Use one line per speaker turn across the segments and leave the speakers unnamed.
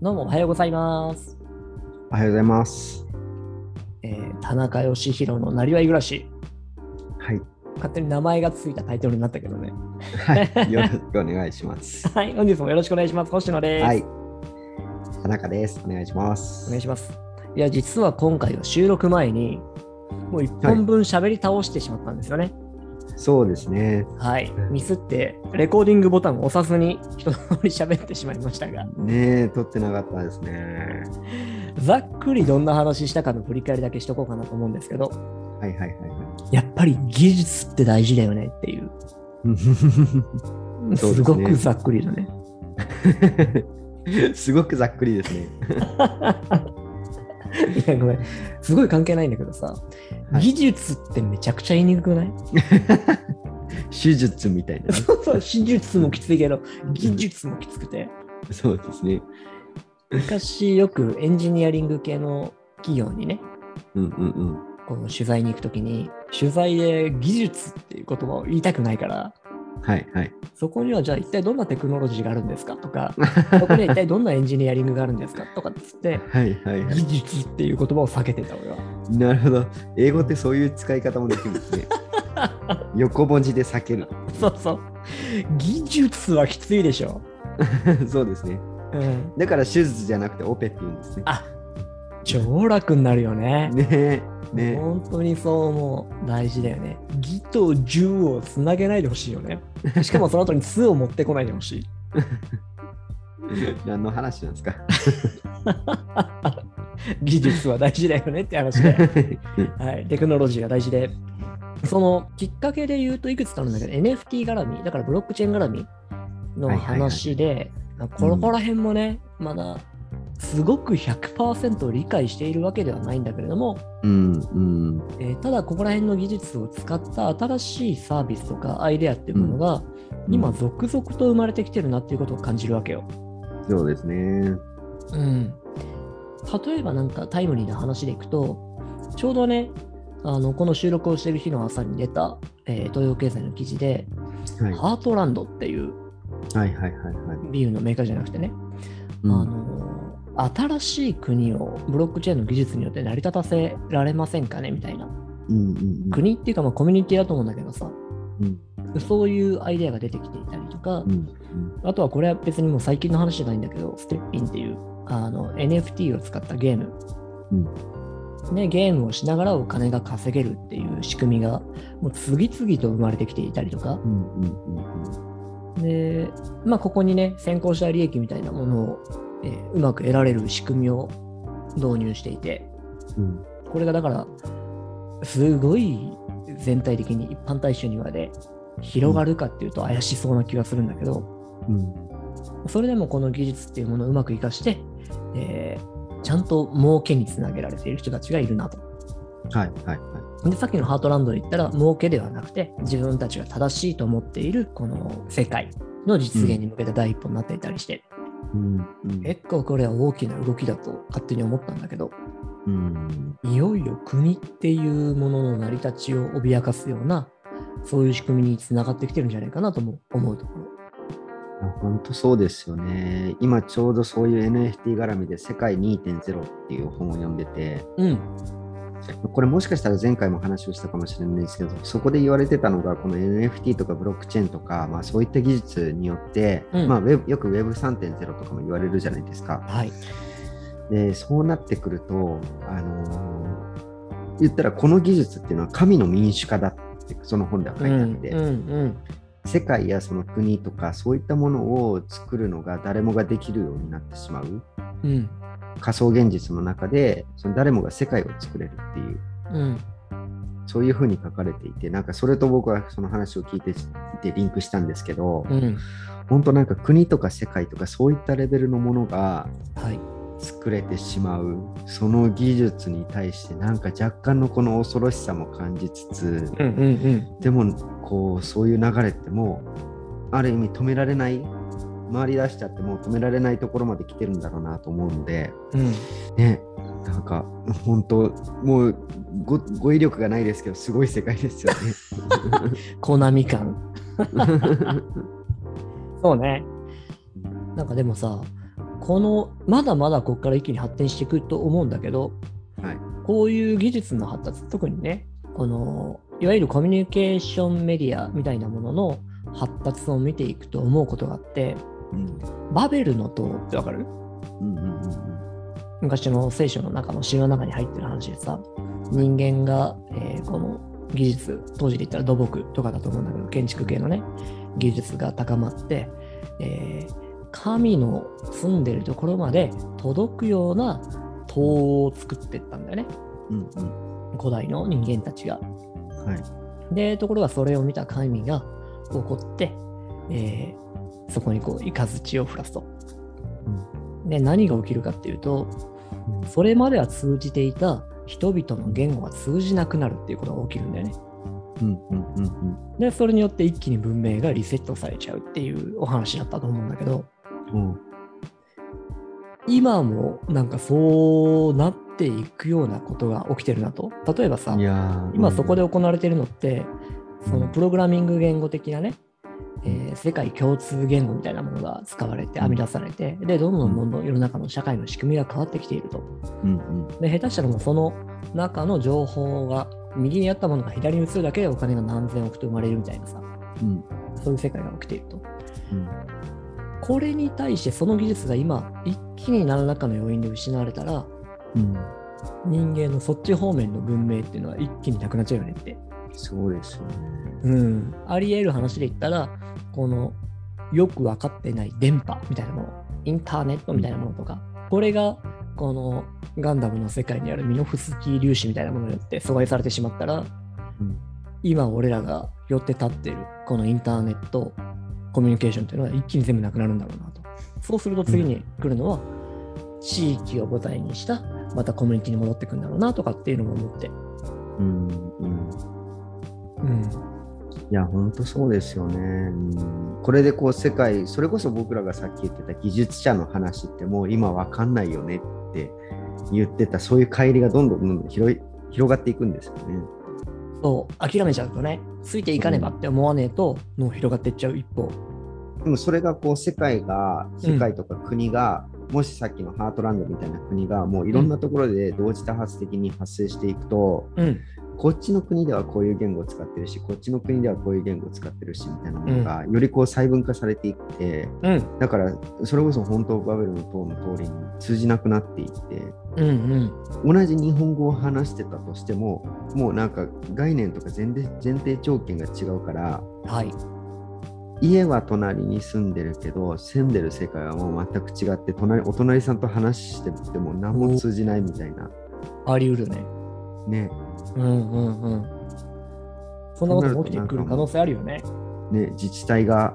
どうもおはようございます。
おはようございます。
えー田中義弘のなりわい暮らし。
はい。
勝手に名前がついたタイトルになったけどね。
はい、 よろしくお願いします。
はい、本日もよろしくお願いします。星野です。
はい。田中です。お願いします。
お願いします。いや、実は今回は収録前に、もう1本分喋り倒してしまったんですよね。
そうですね。
はい、ミスって、レコーディングボタンを押さずに一通り喋ってしまいましたが、
ねえ、撮ってなかったですね。
ざっくりどんな話したかの振り返りだけしとこうかなと思うんですけど、
はいはいはいは
やっぱり技術って大事だよねっていう、
そうです
す
ね
ごくざっくりだね。
い。す ごくざっくりですね。
いやごめんすごい関係ないんだけどさ、
はい
技術ってめちゃくちゃ言いにくくない
手術みたいなね。
そうそう手術もきついけど技術もきつくて
そうですね。
昔よくエンジニアリング系の企業にね
うんうんうん。
この取材に行くときに取材で技術っていう言葉を言いたくないから
はいはい。
そこにはじゃあ一体どんなテクノロジーがあるんですかとかそこには一体どんなエンジニアリングがあるんですかとかっつって
はいはいは
技術っていう言葉を避けてた俺は。
い。なるほど。英語ってそういう使い方もできるんで すね。横文字で避ける。
そうそう技術はきついでしょ。
そうですね。
うん、
だから手術じゃなくてオペって言うんですね。
あ上楽になるよね。
ねえ。ね
本当にそう思う大事だよね。義と十をつなげないでほしいよね。しかもその後に数を持ってこないでほしい。
え。何の話なんですか
技術は大事だよねって話 で、はい、テクノロジーが大事で。そのきっかけで言うといくつかあるんだけど、NFT 絡み、だからブロックチェーン絡みの話で、まあここら辺もね、まだすごく100%理解しているわけではないんだけれども、
うんうん
えーただここら辺の技術を使った新しいサービスとかアイデアっていうものが、今続々と生まれてきてるなっていうことを感じるわけよ。
そうですね。
うん、例えばなんかタイムリーな話でいくとちょうどねあのこの収録をしている日の朝に出た、えー東洋経済の記事で、
はい、
ハートランドっていう
はいはいはいはい。
ビールのメーカーじゃなくてね、
うん
あの新しい国をブロックチェーンの技術によって成り立たせられませんかねみたいな
うんうん
国っていうかまあコミュニティだと思うんだけどさ
うん
そういうアイデアが出てきていたりとか、
うんうん
あとはこれは別にもう最近の話じゃないんだけど、ステッピンっていうあの NFT を使ったゲーム、ね。ゲームをしながらお金が稼げるっていう仕組みがもう次々と生まれてきていたりとか、
うんうんうん
で、まあ、ここにね、先行した利益みたいなものを、えーうまく得られる仕組みを導入していて、
うん
これがだから、すごい全体的に一般大衆にまで広がるかっていうと怪しそうな気がするんだけど、
うん
それでもこの技術っていうものをうまく活かして、えーちゃんと儲けにつなげられている人たちがいるなと。
はいはいは
で、さっきのハートランドで言ったら、儲けではなくて、自分たちが正しいと思っているこの世界の実現に向けた第一歩になっていたりして、
い。うんうん
結構これは大きな動きだと勝手に思ったんだけど、
うん
いよいよ国っていうものの成り立ちを脅かすような、そういう仕組みにつながってきてるんじゃないかなとも思うところ。
本当そうですよね。今ちょうどそういう NFT 絡みで「世界2.0」っていう本を読んでて、
うん。
これもしかしたら前回も話をしたかもしれないですけど、そこで言われてたのが、この NFT とかブロックチェーンとか、まあ、そういった技術によって、
うん
まあ、ウェブよく Web3.0 とかも言われるじゃないですか。
はい。
でそうなってくると、あのー言ったらこの技術っていうのは神の民主化だってその本では書いてあって、
うんうん
世界やその国とかそういったものを作るのが誰もができるようになってしまう
うん。うん。
仮想現実の中でその誰もが世界を作れるっていう
うん。
そういうふうに書かれていてなんかそれと僕はその話を聞いていてリンクしたんですけど、
うん。
本当なんか国とか世界とかそういったレベルのものが
はい。
作れてしまうその技術に対してなんか若干のこの恐ろしさも感じつつ
うんうんうん。
でもこうそういう流れってもうある意味止められない回り出しちゃってもう止められないところまで来てるんだろうなと思うので
うん、
ねなんか本当もうご語彙力がないですけどすごい世界ですよ
コナミ感。
ね。
そうね。なんかでもさ、この、まだまだここから一気に発展していくと思うんだけど、
はい
こういう技術の発達、特にね、この、いわゆるコミュニケーションメディアみたいなものの発達を見ていくと思うことがあって、
うん
バベルの塔ってわかる
うんうんうん
昔の聖書の中の詩の中に入ってる話でさ人間が、えーこの技術当時で言ったら土木とかだと思うんだけど建築系のね技術が高まって、えー神の住んでるところまで届くような塔を作っていったんだよね
うんうん
古代の人間たちが。
うんはい
でところがそれを見た神が怒って、えーそこにこう雷を降らすと。で何が起きるかっていうと
うん
それまでは通じていた人々の言語が通じなくなるっていうことが起きるんだよね。
うんうんうんうん
でそれによって一気に文明がリセットされちゃうっていうお話だったと思うんだけど
うん
今もなんかそうなっていくようなことが起きてるなと例えばさ
いやー
今そこで
うん
行われてるのってそのプログラミング言語的なね、えー世界共通言語みたいなものが使われて編み出されてでどんどんどんどん世の中の社会の仕組みが変わってきていると。
うん
で下手したらもうその中の情報が右にあったものが左に移るだけでお金が何千億と生まれるみたいなさ
うん
そういう世界が起きていると
うん
これに対してその技術が今一気に何らかの要因で失われたら
うん
人間のそっち方面の文明っていうのは一気になくなっちゃうよねって
そうですよね
うんあり得る話で言ったらこのよく分かってない電波みたいなものインターネットみたいなものとかこれがこのガンダムの世界にあるミノフスキー粒子みたいなものによって阻害されてしまったら
うん
今俺らが寄って立っているこのインターネットコミュニケーションというのは一気に全部なくなるんだろうなとそうすると次に来るのは地域を舞台にしたまたコミュニティに戻ってくるんだろうなとかっていうのも思って、
うんうん
うん、
いや本当そうですよね、うんこれでこう世界それこそ僕らがさっき言ってた技術者の話ってもう今わかんないよねって言ってたそういう乖離がどんどんどんどん広い広がっていくんですよね。
そう諦めちゃうとねついていかねばって思わねえと脳広がっていっちゃう一方
でもそれがこう世界が世界とか国が、もしさっきのハートランドみたいな国がもういろんなところで同時多発的に発生していくと、
うん
こっちの国ではこういう言語を使ってるしこっちの国ではこういう言語を使ってるしみたいなものが、よりこう細分化されていって。
うん
だからそれこそ本当バベルの塔の通りに通じなくなっていって
うんうん
同じ日本語を話してたとしてももうなんか概念とか前提前提条件が違うから
はい
家は隣に住んでるけど住んでる世界はもう全く違って隣お隣さんと話してても何も通じないみたいな
あり得るね
ね
うんうんうんそんなことも起きてくる可能性あるよね
ね自治体が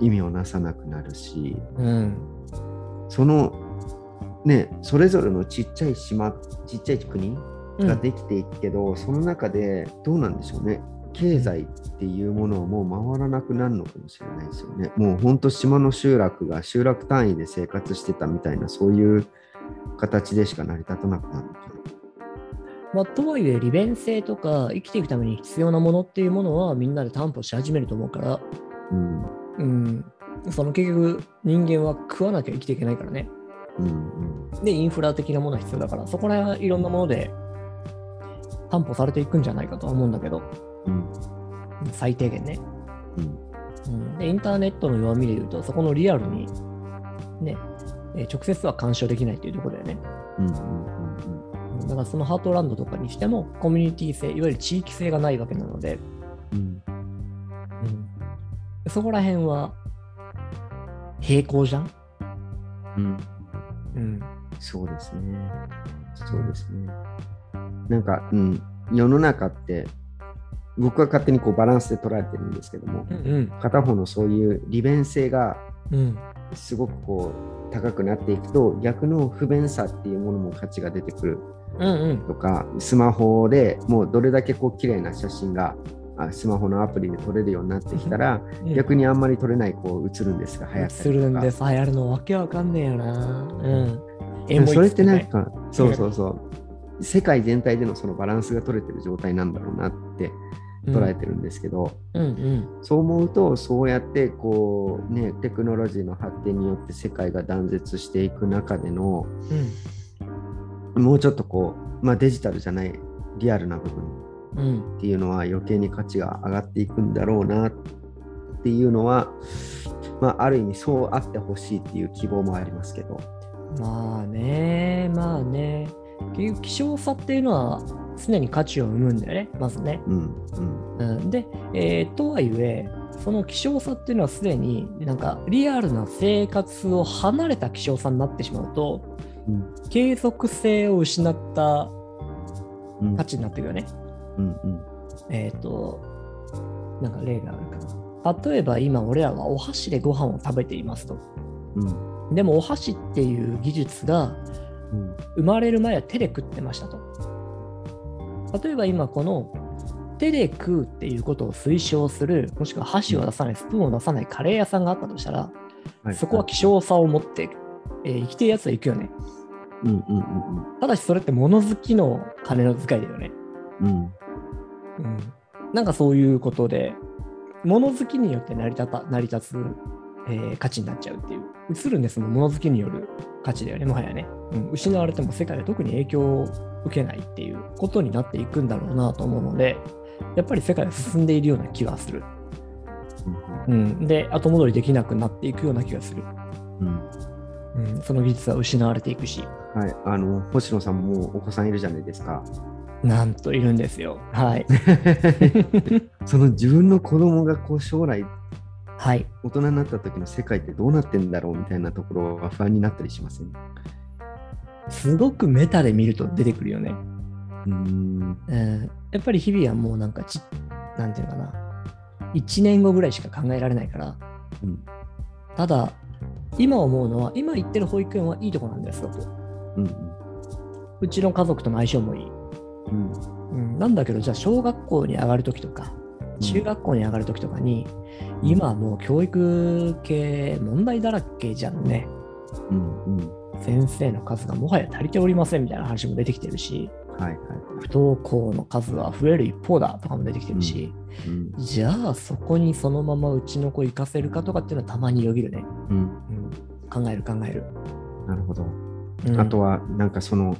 意味をなさなくなるし
うん
そのねそれぞれのちっちゃい島ちっちゃい国
う
が
ん
できていくけど、その中でどうなんでしょうね経済っていうものをもう回らなくなるのかもしれないですよねもうほんと島の集落が集落単位で生活してたみたいなそういう形でしか成り立たなくなるのか
まあ、とはいえ利便性とか生きていくために必要なものっていうものはみんなで担保し始めると思うから
な
うんその結局人間は食わなきゃ生きていけないからね
うんうん
でインフラ的なものは必要だからそこら辺はいろんなもので担保されていくんじゃないかとは思うんだけど
うん
最低限ね
うん
うん、でインターネットの弱みで言うと、そこのリアルに、ね、えー直接は干渉できないというところだよね。
うんうんうんうん
うんだからそのハートランドとかにしても、コミュニティ性、いわゆる地域性がないわけなので、
うん
そこら辺は平行じゃん、
うん
うん、
そうですねそうですねなんか、うん、世の中って僕は勝手にこうバランスで捉えてるんですけども、
うん
片方のそういう利便性が
うん。うん。
すごくこう高くなっていくと逆の不便さっていうものも価値が出てくる
うんうん。
とかスマホでもうどれだけこう綺麗な写真があスマホのアプリで撮れるようになってきたら逆
に
にあんまり撮れないこう映るんですが流行ったりとか
するんです。流行るのわけわかんねえよな。うん。
で
エモ
も
い
それって
つ
なん
ね
かそうそうそう世界全体でのそのバランスが取れてる状態なんだろうなって捉えてるんですけど、
うんうん。
そう思うとそうやってこうねテクノロジーの発展によって世界が断絶していく中でのもうちょっとこう、まあ、デジタルじゃないリアルな部分
うん。うん。
っていうのは余計に価値が上がっていくんだろうなっていうのは、まあ、ある意味そうあってほしいっていう希望もありますけど。
まあね、まあね。結局、希少さっていうのは常に価値を生むんだよね、まずね。
うんうん
うん、で、えーとはいえ、その希少さっていうのはすでになんかリアルな生活を離れた希少さになってしまうと、
うん
継続性を失った
うん
価値になっていくよね。
うんうん
えっ、と、なんか例があるかな。例えば今俺らはお箸でご飯を食べていますと。
うん
でもお箸っていう技術が
うん
生まれる前は手で食ってましたと。例えば今この手で食うっていうことを推奨する、もしくは箸を出さない、スプーンを出さないカレー屋さんがあったとしたら、
い
そこは希少さを持って、えー生きてるやつは行くよね。
うんうんうん
ただしそれって物好きの金の使いだよね。
うんうん
うん、なんかそういうことで物好きによって成り立た成り立つ、えー価値になっちゃうっていう映るんですもん物好きによる価値だよねもはやね、うん、失われても世界は特に影響を受けないっていうことになっていくんだろうなと思うのでやっぱり世界は進んでいるような気がする、うん、で後戻りできなくなっていくような気がする、
うんうん
うん、その技術は失われていくし
はいあの星野さんもお子さんいるじゃないですか
なんといるんですよはい
その自分の子供がこう将来
はい
大人になった時の世界ってどうなってんだろうみたいなところは不安になったりしません
すごくメタで見ると出てくるよね
うん
うんやっぱり日々はもうなんかち、なんていうのかな、1年後ぐらいしか考えられないから、
うん
ただ、今思うのは、今行ってる保育園はいいとこなんですよ。
うん
うちの家族との相性もいい。
うん
うん、なんだけど、じゃあ小学校に上がるときとか、中学校に上がるときとかに、今はもう教育系問題だらけじゃんね。
うんうん
先生の数がもはや足りておりませんみたいな話も出てきてるし、
はいはい
不登校の数は増える一方だとかも出てきてるし、
うん
じゃあそこにそのままうちの子行かせるかとかっていうのはたまによぎるね。
うん
うん、考える考える。
なるほど
うん
あとはなんかその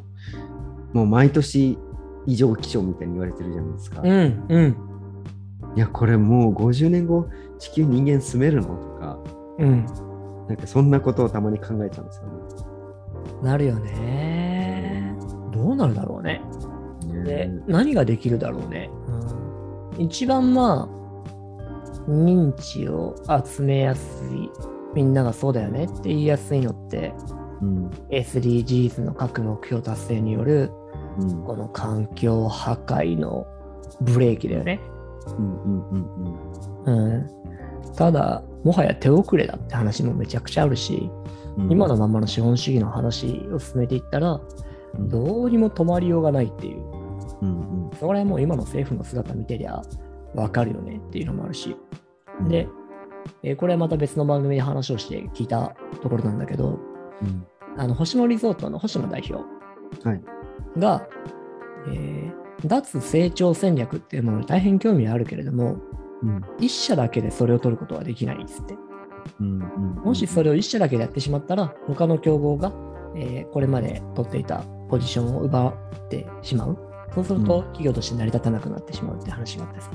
もう毎年異常気象みたいに言われてるじゃないですか、
う
い
んうん
やこれもう50年後地球人間住めるのとか
うん。
なんかそんなことをたまに考えちゃうんですよ
なるよね。どうなるだろうね。
ね。
で、
ね
何ができるだろうね。うん、一番まあ認知を集めやすいみんながそうだよねって言いやすいのって
うん、
SDGs の各目標達成による
うん、
この環境破壊のブレーキだよね。
うん、うん、うん、うん
うん、ただもはや手遅れだって話もめちゃくちゃあるし、
うん
今のままの資本主義の話を進めていったら
うん、
どうにも止まりようがないっていう
うん、うん
それはもう今の政府の姿見てりゃわかるよねっていうのもあるしで、、えーこれはまた別の番組で話をして聞いたところなんだけど
うん、
あの星野リゾートの星野代表
はい、
が、えー脱成長戦略っていうものに大変興味があるけれども
うん、
一社だけでそれを取ることはできないっつって
うん、うん、
もしそれを1社だけでやってしまったら、他の競合が、えーこれまで取っていたポジションを奪ってしまう。そうすると
うん
企業として成り立たなくなってしまうって話があってさ。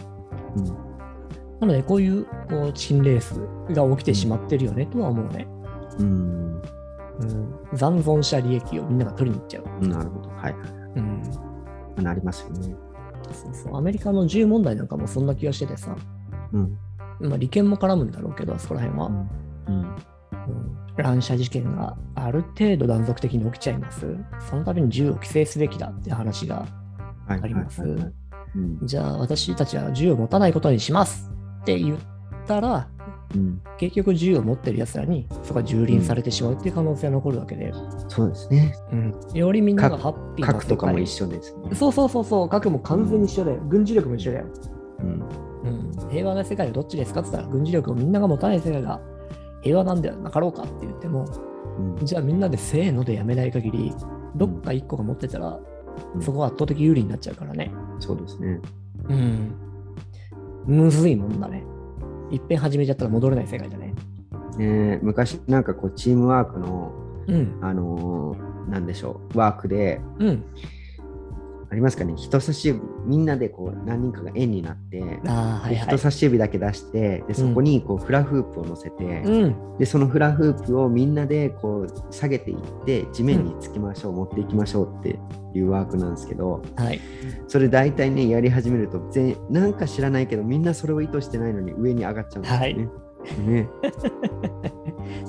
うん、
なので、こういうこうチキンレースが起きてしまってるよねとは思うね。
うん、
うん、残存者利益をみんなが取りに行っちゃう。
うんなるほど、はい、
うん、
なりますよね。
そうそうアメリカの銃問題なんかもそんな気がしててさ、
うん、
まあ、利権も絡むんだろうけど、あそこら辺は。
うん、
うん乱射事件がある程度断続的に起きちゃいます。そのために銃を規制すべきだって話が
はい、
あります
はいはいはいうん、
じゃあ私たちは銃を持たないことにしますって言ったら、
うん、
結局銃を持ってる奴らにそこが蹂躙されてしまうっていう可能性が残るわけで、
そうですね。
よりみんながハッピーな
核と
世
かも
界
一緒ですね。
そうそうそうそう、核も完全に一緒だよ。軍事力も一緒だよ。
うん、
うん、平和な世界はどっちですかって言ったら、軍事力をみんなが持たない世界が平和なんではなかろうかって言っても、
うん、
じゃあみんなでせーのでやめない限り、どっか一個が持ってたら
う、ん
そこは圧倒的有利になっちゃうからね。
そうですね。
うん。むずいもんだね。いっぺん始めちゃったら戻れない世界だね。
ね、昔なんかこうチームワークの、
うん。
あのーなんでしょうワークで
うん。
ありますかね人差し指みんなでこう何人かが円になって、
ああ、は
で
いはい
人。差し指だけ出してでそこにこうフラフープを乗せて、
うん。
でそのフラフープをみんなでこう下げていって地面につきましょう、持っていきましょうっていうワークなんですけど
はい。
それ大体ねやり始めると全なんか知らないけどみんなそれを意図してないのに上に上がっちゃうんですよね。ね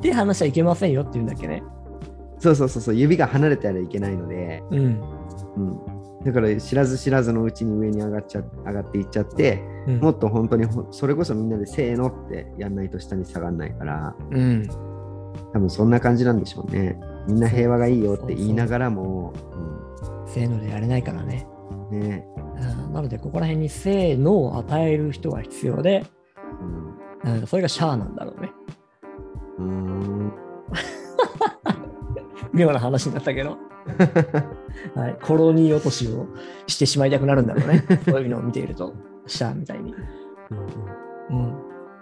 手離しちゃいけませんよって言うんだっけね。
そうそうそうそう指が離れたらいけないので、
うん。
うん、だから知らず知らずのうちに上に上がっちゃ上がっていっちゃって
うん
もっと本当にほそれこそみんなでせーのってやんないと下に下がんないから
うん。
多分そんな感じなんでしょうね。みんな平和がいいよって言いながらも、
せーのでやれないからね。
うん、ね、
うんなので、ここら辺にせーのを与える人が必要で、
うん
うん、それがシャアなんだろうね。
うーん
妙な話になったけ ど、はい、コロニー落としをしてしまいたくなるんだろう ね。そういうのを見ていると、シャアみたいに。うん、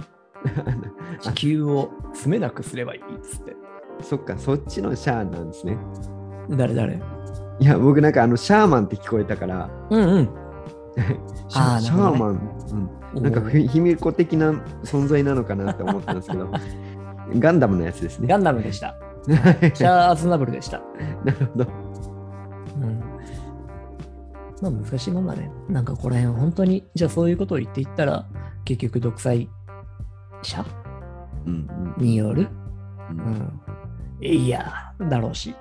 地球を詰めなくすればいいっつって。
そっか、そっちのシャーなんですね。
誰誰
いや、僕なんかあのシャーマンって聞こえたから、
うんうん。
シャ
あー
シャ
なる
ー
ほ
マン、うん、なんかひ卑弥呼的な存在なのかなって思ったんで すけど、ガンダムのやつですね
ガ。ンダムで した。
はい
シャア・アズナブルでした。
なるほど。
うん。まあ難しいもんだね。なんかここら辺本当に、じゃあそういうことを言っていったら、結局独裁者
うん
による、
うん
う、ん、いやだろうし、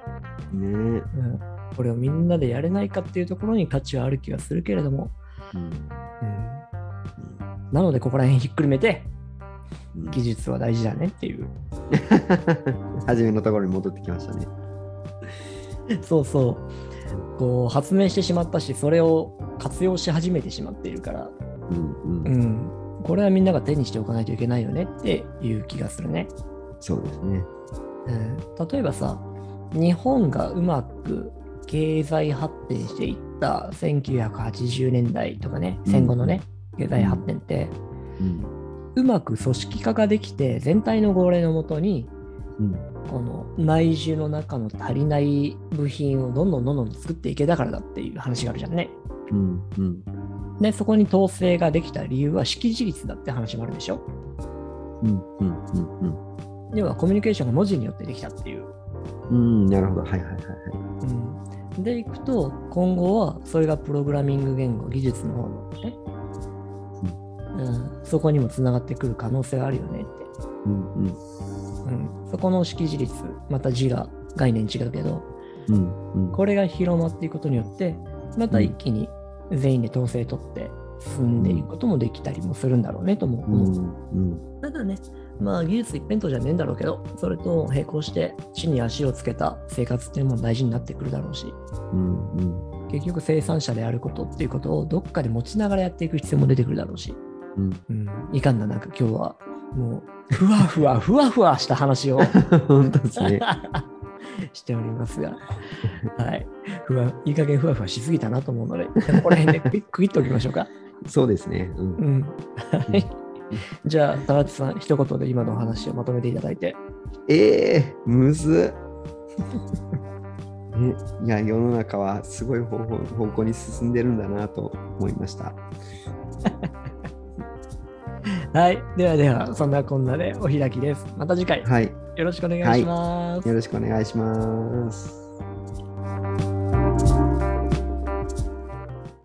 うんねえ
うん、これをみんなでやれないかっていうところに価値はある気がするけれども、
うん
なのでここら辺ひっくるめて、
うん
技術は大事だねっていう。
初めのところに戻ってきましたね。
そうそう。こう発明してしまったし、それを活用し始めてしまっているから、
うんう、
うんん、これはみんなが手にしておかないといけないよねっていう気がするね。
そうですね。
うん、例えばさ、日本がうまく経済発展していった1980年代とかね、戦後のね、経済発展って、
うん
うまく組織化ができて、全体の号令のもとに、
うん
この内需の中の足りない部品をどんどんどんどん作っていけたからだっていう話があるじゃんね。
うんうん
で、そこに統制ができた理由は識字率だって話もあるでしょ。
うんうんうん
要はコミュニケーションが文字によってできたっていう。
うんうんなるほど。はいはいはいはい。
うん、で、いくと、今後はそれがプログラミング言語、技術の方のね、うん、そこにもつながってくる可能性があるよねって。
うんうん
うん、そこの識字率、また字が概念違うけど、
うんうん
これが広まっていくことによって、また一気に全員で統制取って進んでいくこともできたりもするんだろうねとも
う
思う。
んうん
ただね、まあ技術一辺倒じゃねえんだろうけど、それと並行して地に足をつけた生活っていうのも大事になってくるだろうし、
うんうん
結局生産者であることっていうことをどっかで持ちながらやっていく必要も出てくるだろうし、
うん
いかんななく今日はもうふわふわふわふわした話を。
本当ですね。
しておりますが、はい、ふわいい加減ふわふわしすぎたなと思うので、ここら辺で区切 区切っておきましょうか。
そうですね。うん
うんはい、じゃあ、田中さん、一言で今のお話をまとめていただいて。
ええむずっねいや世の中はすごい方法方向に進んでるんだなと思いました。
はい、ではでは、そんなこんなでお開きです。また次回、
はい、
よろしくお願いします。
よろしくお願いします。